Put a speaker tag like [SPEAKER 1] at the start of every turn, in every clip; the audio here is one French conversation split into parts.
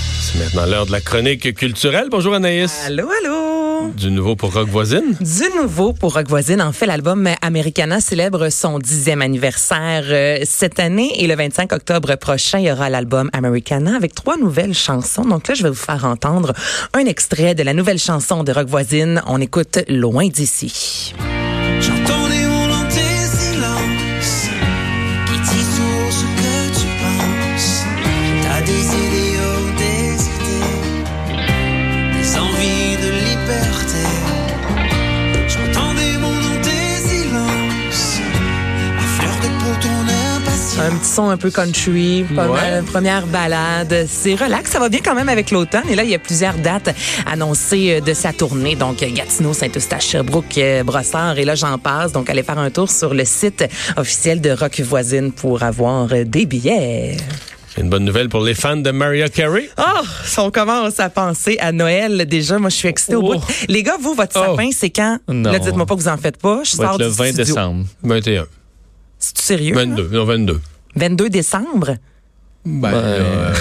[SPEAKER 1] C'est maintenant l'heure de la chronique culturelle. Bonjour Anaïs.
[SPEAKER 2] Allô, allô.
[SPEAKER 1] Du nouveau pour Rock Voisine.
[SPEAKER 2] Du nouveau pour Rock Voisine. En fait, l'album Americana célèbre son dixième anniversaire euh, cette année et le 25 octobre prochain, il y aura l'album Americana avec trois nouvelles chansons. Donc là, je vais vous faire entendre un extrait de la nouvelle chanson de Rock Voisine. On écoute Loin d'ici.
[SPEAKER 3] J'entends les hurlants des silences qui disent ce que tu penses. T'as des idéaux, des idées, des envies de liberté. J'entends des moments des silences à fleur de peau ton impatience.
[SPEAKER 2] Un petit son un peu country, pas
[SPEAKER 1] Ouais.
[SPEAKER 2] mal, première balade. C'est relax, ça va bien quand même avec l'automne. Et là, il y a plusieurs dates annoncées euh, de sa tournée. Donc, euh, Gatineau, Saint-Eustache, Sherbrooke, euh, Brossard. Et là, j'en passe. Donc, allez faire un tour sur le site officiel de Rock Voisine pour avoir euh, des billets.
[SPEAKER 1] Une bonne nouvelle pour les fans de Mariah Carey.
[SPEAKER 2] Oh, on commence à penser à Noël déjà. Moi, je suis excitée au
[SPEAKER 4] Oh.
[SPEAKER 2] bout. Les gars, vous, votre
[SPEAKER 4] Oh.
[SPEAKER 2] sapin, c'est quand?
[SPEAKER 4] Non.
[SPEAKER 2] Là, dites-moi pas que vous en faites pas. Je
[SPEAKER 4] Ça va
[SPEAKER 2] sors
[SPEAKER 4] être le
[SPEAKER 2] du
[SPEAKER 4] 20
[SPEAKER 2] studio.
[SPEAKER 4] décembre. Ben,
[SPEAKER 1] 21.
[SPEAKER 2] C'est-tu sérieux? là?
[SPEAKER 1] 22. Non, 22.
[SPEAKER 2] 22 décembre?
[SPEAKER 1] Ben, euh,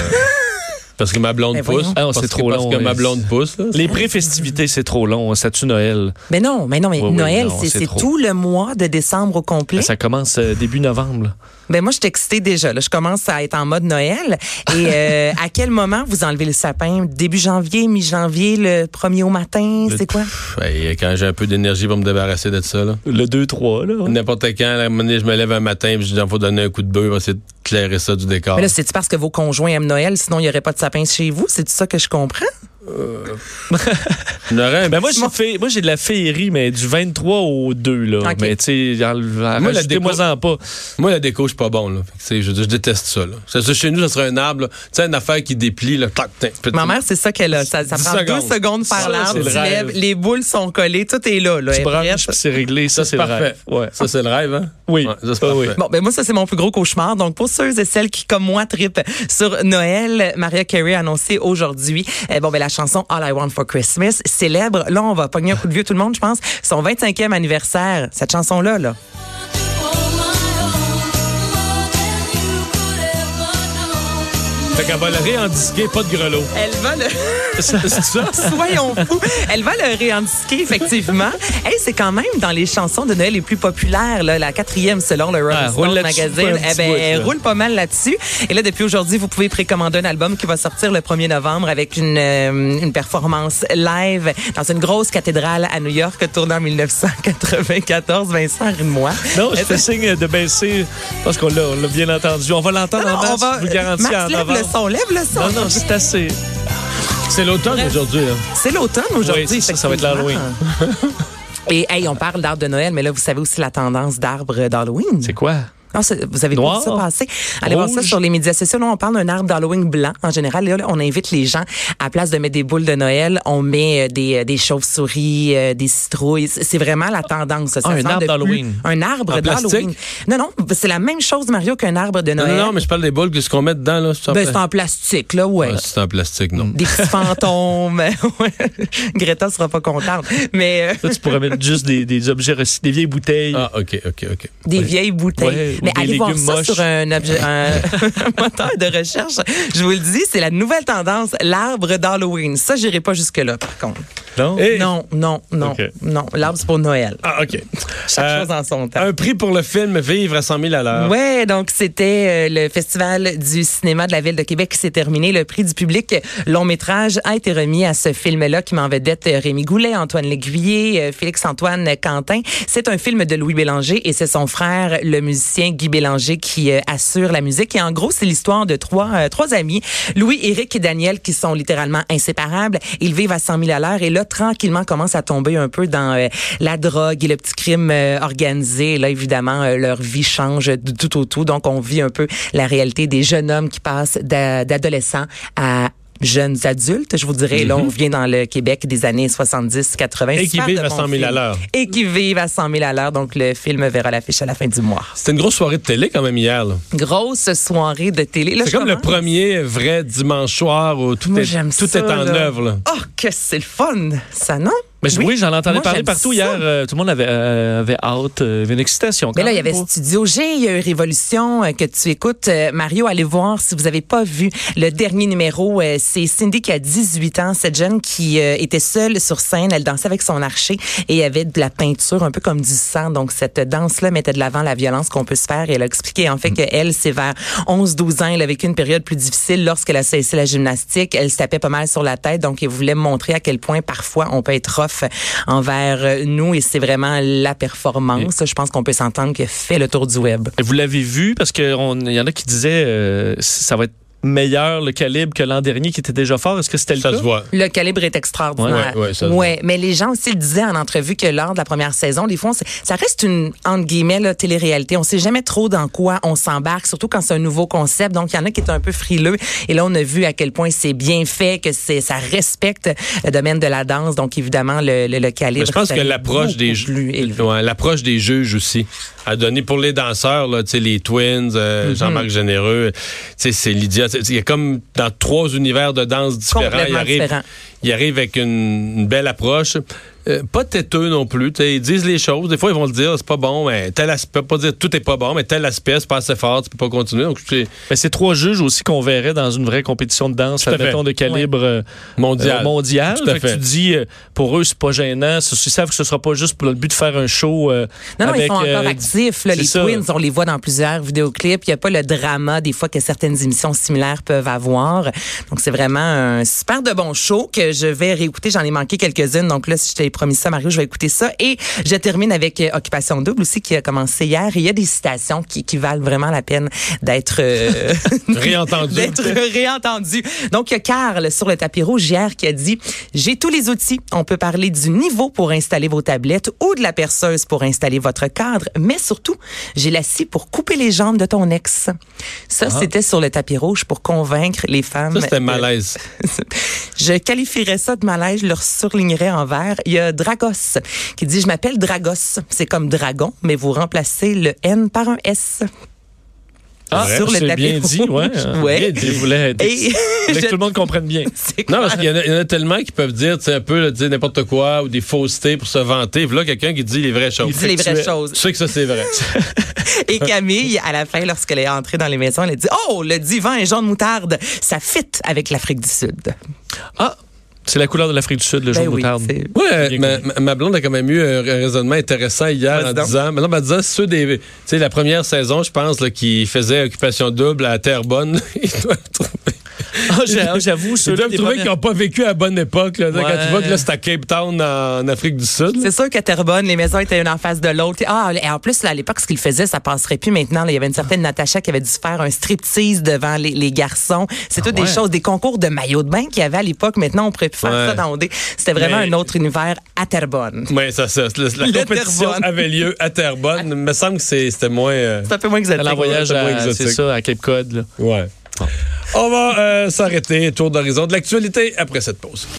[SPEAKER 1] parce que ma blonde
[SPEAKER 2] Ben
[SPEAKER 1] pousse.
[SPEAKER 2] voyons.
[SPEAKER 4] Ah non,
[SPEAKER 1] Parce
[SPEAKER 4] c'est
[SPEAKER 1] que-
[SPEAKER 4] trop
[SPEAKER 1] Parce
[SPEAKER 4] long,
[SPEAKER 1] que
[SPEAKER 4] ouais.
[SPEAKER 1] ma blonde pousse. là.
[SPEAKER 4] Les pré-festivités, c'est trop long. Ça tue Noël.
[SPEAKER 2] Mais non, mais non, mais
[SPEAKER 4] Oui, oui,
[SPEAKER 2] Noël,
[SPEAKER 4] non,
[SPEAKER 2] c'est
[SPEAKER 4] c'est
[SPEAKER 2] c'est
[SPEAKER 4] trop.
[SPEAKER 2] tout le mois de décembre au complet.
[SPEAKER 4] Ben, ça commence euh, début novembre. là.
[SPEAKER 2] Ben moi, je suis excitée déjà. Là. Je commence à être en mode Noël. Et euh, à quel moment vous enlevez le sapin? Début janvier, mi-janvier, le premier au matin,
[SPEAKER 1] Le-
[SPEAKER 2] c'est quoi?
[SPEAKER 1] Pff, hey, quand j'ai un peu d'énergie pour me débarrasser de ça, là.
[SPEAKER 4] Le 2-3, là.
[SPEAKER 1] N'importe quand, là, à un moment donné, je me lève un matin et je dis, il faut donner un coup de bœuf, on va essayer d'éclairer ça du décor.
[SPEAKER 2] Mais
[SPEAKER 4] Ah.
[SPEAKER 2] là, c'est-tu parce que vos conjoints aiment Noël, sinon il n'y aurait pas de sapin chez vous? C'est ça que je comprends?
[SPEAKER 1] On aurait un
[SPEAKER 4] Ben moi, j'ai
[SPEAKER 1] petit-
[SPEAKER 4] une fée- moi, j'ai de la féerie, mais du 23 au 2, là.
[SPEAKER 2] Ok.
[SPEAKER 4] Mais tu sais,
[SPEAKER 1] Moi, la
[SPEAKER 4] rajoutez-moi-en pas.
[SPEAKER 1] Moi, la déco, je suis pas bon. Là. Fait que, tu sais, je, je déteste ça, là. Ça, ça, Chez nous, ça serait un arbre. là. Tu sais, une affaire qui déplie. Là. Tac, tac, petit-
[SPEAKER 2] Ma mère, c'est ça qu'elle a. Ça, ça
[SPEAKER 1] Dix
[SPEAKER 2] prend deux
[SPEAKER 1] secondes.
[SPEAKER 2] secondes de faire
[SPEAKER 4] Ça,
[SPEAKER 2] l'arbre,
[SPEAKER 4] c'est le
[SPEAKER 2] tu lèves,
[SPEAKER 4] rêve.
[SPEAKER 2] les boules sont collées, tout est là. là
[SPEAKER 4] Tu
[SPEAKER 2] elle est
[SPEAKER 4] branches,
[SPEAKER 2] prête.
[SPEAKER 4] puis c'est réglé. Ça, c'est le
[SPEAKER 1] parfait.
[SPEAKER 4] rêve. Ouais.
[SPEAKER 1] Ça, c'est le rêve, hein?
[SPEAKER 4] Oui.
[SPEAKER 1] Ouais, ça, c'est
[SPEAKER 4] Ah, oui.
[SPEAKER 1] parfait.
[SPEAKER 2] Bon, ben moi, ça, c'est mon plus gros cauchemar. Donc, pour ceux et celles qui, comme moi, tripent sur Noël, Maria Carey a annoncé aujourd'hui, euh, bon, ben la chanson All I Want for Christmas célèbre, là, on va pogner un coup de vieux tout le monde, je pense, son 25e anniversaire, cette chanson-là, là.
[SPEAKER 4] Fait qu'elle va le réendisquer, pas de grelot.
[SPEAKER 2] Elle va le...
[SPEAKER 4] c'est ça?
[SPEAKER 2] Soyons fous. Elle va le réindiquer, effectivement. Hey, c'est quand même dans les chansons de Noël les plus populaires, là, la quatrième selon le Rolling
[SPEAKER 4] Ah, roule
[SPEAKER 2] Stone
[SPEAKER 4] là-dessus
[SPEAKER 2] Magazine.
[SPEAKER 4] un petit
[SPEAKER 2] Eh ben,
[SPEAKER 4] bout,
[SPEAKER 2] elle
[SPEAKER 4] là.
[SPEAKER 2] roule pas mal là-dessus. Et là, depuis aujourd'hui, vous pouvez précommander un album qui va sortir le 1er novembre avec une, euh, une performance live dans une grosse cathédrale à New York tournée en 1994. Vincent, moi
[SPEAKER 4] Non, je fais signe de baisser parce qu'on l'a on l'a bien entendu. On va l'entendre en
[SPEAKER 2] on
[SPEAKER 4] mars,
[SPEAKER 2] va...
[SPEAKER 4] je vous garantis,
[SPEAKER 2] Max,
[SPEAKER 4] en
[SPEAKER 2] lève le
[SPEAKER 4] novembre.
[SPEAKER 2] son, lève le son.
[SPEAKER 4] Non, non, c'est assez.
[SPEAKER 1] C'est l'automne aujourd'hui. hein.
[SPEAKER 2] C'est l'automne aujourd'hui.
[SPEAKER 4] Oui, ça, ça va être l'Halloween.
[SPEAKER 2] effectivement. Et hey, on parle d'arbre de Noël, mais là, vous savez aussi la tendance d'arbre d'Halloween.
[SPEAKER 4] C'est quoi?
[SPEAKER 2] Non, c'est- vous avez
[SPEAKER 4] Noir?
[SPEAKER 2] vu ça passer. Allez voir ça
[SPEAKER 4] Rouge?
[SPEAKER 2] sur les médias sociaux. Nous, on parle d'un arbre d'Halloween blanc. En général, là, on invite les gens, à place de mettre des boules de Noël, on met euh, des, euh, des chauves-souris, euh, des citrouilles. C'est c'est vraiment la tendance. ça. Ça
[SPEAKER 4] Ah, un
[SPEAKER 2] se vend
[SPEAKER 4] arbre
[SPEAKER 2] de plus.
[SPEAKER 4] d'Halloween.
[SPEAKER 2] Un arbre
[SPEAKER 1] En plastique?
[SPEAKER 2] d'Halloween. Non, non, c'est la même chose, Mario, qu'un arbre de
[SPEAKER 1] Non,
[SPEAKER 2] Noël.
[SPEAKER 1] non, non, mais je parle des boules, que ce qu'on met dedans, là. C'est en,
[SPEAKER 2] hein? Ben, c'est en plastique, Mm. là, ouais.
[SPEAKER 1] Ah, c'est en plastique, non.
[SPEAKER 2] Des petits fantômes. Ouais. Greta sera pas contente. Mais... euh,
[SPEAKER 4] Là, tu pourrais mettre juste des, des objets recyclés, des vieilles bouteilles.
[SPEAKER 1] Ah, OK, OK, OK.
[SPEAKER 2] Des vieilles bouteilles.
[SPEAKER 4] Ouais, ou
[SPEAKER 2] Mais
[SPEAKER 4] des
[SPEAKER 2] allez voir
[SPEAKER 4] légumes
[SPEAKER 2] ça
[SPEAKER 4] moches.
[SPEAKER 2] sur un, objet- un moteur de recherche. Je vous le dis, c'est la nouvelle tendance, l'arbre d'Halloween. Ça, j'irai pas jusque-là, par contre.
[SPEAKER 4] Non?
[SPEAKER 1] Et-
[SPEAKER 2] Non, non, non,
[SPEAKER 4] Ok.
[SPEAKER 2] non. L'arbre, c'est pour Noël.
[SPEAKER 1] Ah, OK.
[SPEAKER 2] Chaque
[SPEAKER 1] Euh,
[SPEAKER 2] chose en son temps.
[SPEAKER 1] Un prix pour le film Vivre à 100 000 à l'heure.
[SPEAKER 2] Ouais, donc c'était euh, le festival du cinéma de la ville de Québec qui s'est terminé. Le prix du public long métrage a été remis à ce film-là qui m'en vedette euh, Rémi Goulet, Antoine Léguier, euh, Félix-Antoine Quentin. C'est un film de Louis Bélanger et c'est son frère, le musicien Guy Bélanger, qui euh, assure la musique. Et en gros, c'est l'histoire de trois, euh, trois amis, Louis, Éric et Daniel, qui sont littéralement inséparables. Ils vivent à 100 000 à l'heure et là, tranquillement, commencent à tomber un peu dans euh, la drogue et le petit crime euh, organisé. Et là, évidemment, euh, leur vie change de tout au tout. Donc, on vit un peu la réalité des jeunes hommes qui passent d'a- d'adolescents à jeunes adultes, je vous dirais. Là, on revient dans le Québec des années 70, 80.
[SPEAKER 1] Et qui
[SPEAKER 2] Super
[SPEAKER 1] vivent
[SPEAKER 2] de
[SPEAKER 1] à
[SPEAKER 2] bon
[SPEAKER 1] 100 000 à
[SPEAKER 2] film.
[SPEAKER 1] l'heure.
[SPEAKER 2] Et qui vivent à 100 000 à l'heure. Donc, le film verra l'affiche à la fin du mois.
[SPEAKER 1] C'était une grosse soirée de télé, quand même, hier. là.
[SPEAKER 2] Grosse soirée de télé. Là,
[SPEAKER 1] C'est
[SPEAKER 2] je
[SPEAKER 1] comme le
[SPEAKER 2] commence.
[SPEAKER 1] premier vrai dimanche soir où tout
[SPEAKER 2] Moi,
[SPEAKER 1] est,
[SPEAKER 2] j'aime
[SPEAKER 1] tout
[SPEAKER 2] ça,
[SPEAKER 1] est en
[SPEAKER 2] là.
[SPEAKER 1] œuvre. là.
[SPEAKER 2] Oh, que c'est le fun, ça, non?
[SPEAKER 4] Mais je-
[SPEAKER 2] Oui.
[SPEAKER 4] oui, j'en entendais
[SPEAKER 2] Moi,
[SPEAKER 4] parler
[SPEAKER 2] j'aime
[SPEAKER 4] partout
[SPEAKER 2] ça.
[SPEAKER 4] hier. euh, tout le monde avait, euh, avait hâte, euh, avait une excitation.
[SPEAKER 2] Mais
[SPEAKER 4] quand
[SPEAKER 2] là, il y
[SPEAKER 4] même,
[SPEAKER 2] avait
[SPEAKER 4] pour-
[SPEAKER 2] Studio G, il y a eu Révolution euh, que tu écoutes. Euh, Mario, allez voir si vous n'avez pas vu le dernier numéro. euh, c'est Cindy qui a 18 ans, cette jeune qui euh, était seule sur scène. Elle dansait avec son archer et avait de la peinture, un peu comme du sang. Donc, cette danse-là mettait de l'avant la violence qu'on peut se faire. Et elle a expliqué, en fait, qu'elle, c'est vers 11-12 ans, elle a vécu une période plus difficile lorsqu'elle a cessé la gymnastique. Elle se tapait pas mal sur la tête. Donc, elle voulait montrer à quel point, parfois, on peut être off envers euh, nous. Et c'est vraiment la performance. Ça, je pense qu'on peut s'entendre que fait le tour du web.
[SPEAKER 4] Vous l'avez vu parce qu'il y en a qui disaient euh, ça va être meilleur le calibre que l'an dernier qui était déjà fort. Est-ce que c'était le
[SPEAKER 1] Ça
[SPEAKER 4] cas?
[SPEAKER 1] se voit.
[SPEAKER 2] Le calibre est extraordinaire.
[SPEAKER 1] Ouais, ouais, ouais, ça se
[SPEAKER 2] mais les gens aussi le disaient en entrevue que lors de la première saison, des fois, on s- ça reste une entre guillemets là, télé-réalité. On sait jamais trop dans quoi on s'embarque, surtout quand c'est un nouveau concept. Donc il y en a qui étaient un peu frileux. Et là, on a vu à quel point c'est bien fait, que c'est ça respecte le domaine de la danse. Donc évidemment, le, le, le calibre.
[SPEAKER 1] Mais je pense
[SPEAKER 2] est
[SPEAKER 1] que l'approche
[SPEAKER 2] beaucoup
[SPEAKER 1] des
[SPEAKER 2] plus
[SPEAKER 1] juges,
[SPEAKER 2] élevé.
[SPEAKER 1] l'approche des juges aussi, à donner pour les danseurs là, tu sais, les Twins, euh,
[SPEAKER 2] Mhm.
[SPEAKER 1] Jean-Marc Généreux, tu sais, c'est Lydia. Tu sais, Il y a comme dans trois univers de danse différents. Il
[SPEAKER 2] Complètement
[SPEAKER 1] arrive,
[SPEAKER 2] différent.
[SPEAKER 1] il arrive avec une, une belle approche. Euh, pas têteux non plus. tu sais, Ils disent les choses. Des fois, ils vont le dire, c'est pas bon, mais tel aspect, pas dire tout est pas bon, mais tel aspect, c'est pas assez fort, tu peux pas continuer. Donc, c'est
[SPEAKER 4] Mais c'est trois juges aussi qu'on verrait dans une vraie compétition de danse,
[SPEAKER 1] Tout à fait.
[SPEAKER 4] admettons, de calibre euh,
[SPEAKER 1] mondial.
[SPEAKER 4] euh, mondial.
[SPEAKER 1] Tout à
[SPEAKER 4] Fait que
[SPEAKER 1] fait.
[SPEAKER 4] tu dis, euh, pour eux, c'est pas gênant. Ça- Ils savent que ce sera pas juste pour le but de faire un show. euh,
[SPEAKER 2] Non, non,
[SPEAKER 4] avec,
[SPEAKER 2] ils sont encore
[SPEAKER 4] euh,
[SPEAKER 2] actifs. là.
[SPEAKER 4] c'est
[SPEAKER 2] les
[SPEAKER 4] ça.
[SPEAKER 2] Twins, on les voit dans plusieurs vidéoclips. Il n'y a pas le drama des fois que certaines émissions similaires peuvent avoir. Donc, c'est vraiment un super de bon show que je vais réécouter. J'en ai manqué quelques-unes. Donc là, si je t'ai promis ça, Mario, je vais écouter ça. Et je termine avec euh, Occupation Double aussi qui a commencé hier. Il y a des citations qui, qui valent vraiment la peine d'être... euh,
[SPEAKER 1] Réentendu.
[SPEAKER 2] d'être réentendu. Donc, il y a Carl sur le tapis rouge hier qui a dit J'ai tous les outils. On peut parler du niveau pour installer vos tablettes ou de la perceuse pour installer votre cadre, mais surtout, j'ai la scie pour couper les jambes de ton ex. Ça,
[SPEAKER 4] Ah.
[SPEAKER 2] c'était sur le tapis rouge pour convaincre les femmes.
[SPEAKER 1] Ça, c'était
[SPEAKER 2] de-
[SPEAKER 1] malaise.
[SPEAKER 2] je qualifierais ça de malaise, je le surlignerais en vert. Il y a Dragos qui dit Je m'appelle Dragos. C'est comme dragon, mais vous remplacez le N par un S.
[SPEAKER 4] Ah,
[SPEAKER 2] Sur le
[SPEAKER 4] c'est
[SPEAKER 2] tapis
[SPEAKER 4] bien
[SPEAKER 2] rouge.
[SPEAKER 4] dit, ouais. euh,
[SPEAKER 2] Ouais.
[SPEAKER 4] bien dit. Je voulais être-
[SPEAKER 2] Et
[SPEAKER 4] je voulais que tout le monde comprenne bien.
[SPEAKER 2] c'est
[SPEAKER 1] Non, parce qu'il y, en a- il y en a tellement qui peuvent dire, tu sais, un peu, là, dire n'importe quoi ou des faussetés pour se vanter. Voilà quelqu'un qui dit les vraies choses.
[SPEAKER 2] dit les vraies
[SPEAKER 1] Tu es-
[SPEAKER 2] choses.
[SPEAKER 1] Je sais que ça, c'est vrai.
[SPEAKER 2] Et Camille, à la fin, lorsqu'elle est entrée dans les maisons, elle a dit Oh, le divan est jaune moutarde, ça fit avec l'Afrique du Sud.
[SPEAKER 4] Ah, c'est la couleur de l'Afrique du Sud, le
[SPEAKER 2] Ben
[SPEAKER 4] jour
[SPEAKER 2] oui,
[SPEAKER 4] moutarde.
[SPEAKER 2] c'est-
[SPEAKER 1] Oui,
[SPEAKER 4] Bien
[SPEAKER 1] euh, ma,
[SPEAKER 4] connu.
[SPEAKER 1] ma- ma blonde a quand même eu un ra- raisonnement intéressant hier
[SPEAKER 2] Vas-y
[SPEAKER 1] en
[SPEAKER 2] donc.
[SPEAKER 1] disant, mais non, mais en disant, ceux des, tu sais, la première saison, je pense, là, qui faisait occupation double à Terrebonne, ils doivent trouver,
[SPEAKER 4] Ah, j'a- J'avoue,
[SPEAKER 1] ils
[SPEAKER 4] ceux
[SPEAKER 1] doivent
[SPEAKER 4] des
[SPEAKER 1] trouver qu'ils
[SPEAKER 4] premières-
[SPEAKER 1] n'ont pas vécu à la bonne époque. Là, Quand
[SPEAKER 4] Ouais.
[SPEAKER 1] tu vois que là, c'est à Cape Town en, en Afrique du Sud.
[SPEAKER 2] C'est sûr qu'à Terrebonne, les maisons étaient une en face de l'autre. Ah, et en plus, là, à l'époque, ce qu'il faisait, ça passerait plus maintenant. là. il y avait une certaine Natacha qui avait dû faire un striptease devant les, les garçons. C'est toutes
[SPEAKER 4] Ah ouais.
[SPEAKER 2] des choses, des concours de maillots de bain qu'il y avait à l'époque. Maintenant, on pourrait plus faire
[SPEAKER 1] Ouais.
[SPEAKER 2] ça dans OD. C'était vraiment
[SPEAKER 1] Mais-
[SPEAKER 2] un autre univers à Terrebonne.
[SPEAKER 1] Oui, ça, ça. La, la
[SPEAKER 2] Le
[SPEAKER 1] compétition
[SPEAKER 2] Terrebonne.
[SPEAKER 1] avait lieu à Terrebonne. Il me semble que c'est- c'était moins. euh,
[SPEAKER 2] C'est un peu moins que
[SPEAKER 4] Elle en voyage
[SPEAKER 1] Ouais,
[SPEAKER 4] à,
[SPEAKER 1] exotique.
[SPEAKER 4] c'est ça, à Cape Cod. là.
[SPEAKER 2] Ah.
[SPEAKER 1] Ouais. On va euh, s'arrêter. Tour d'horizon de l'actualité après cette pause.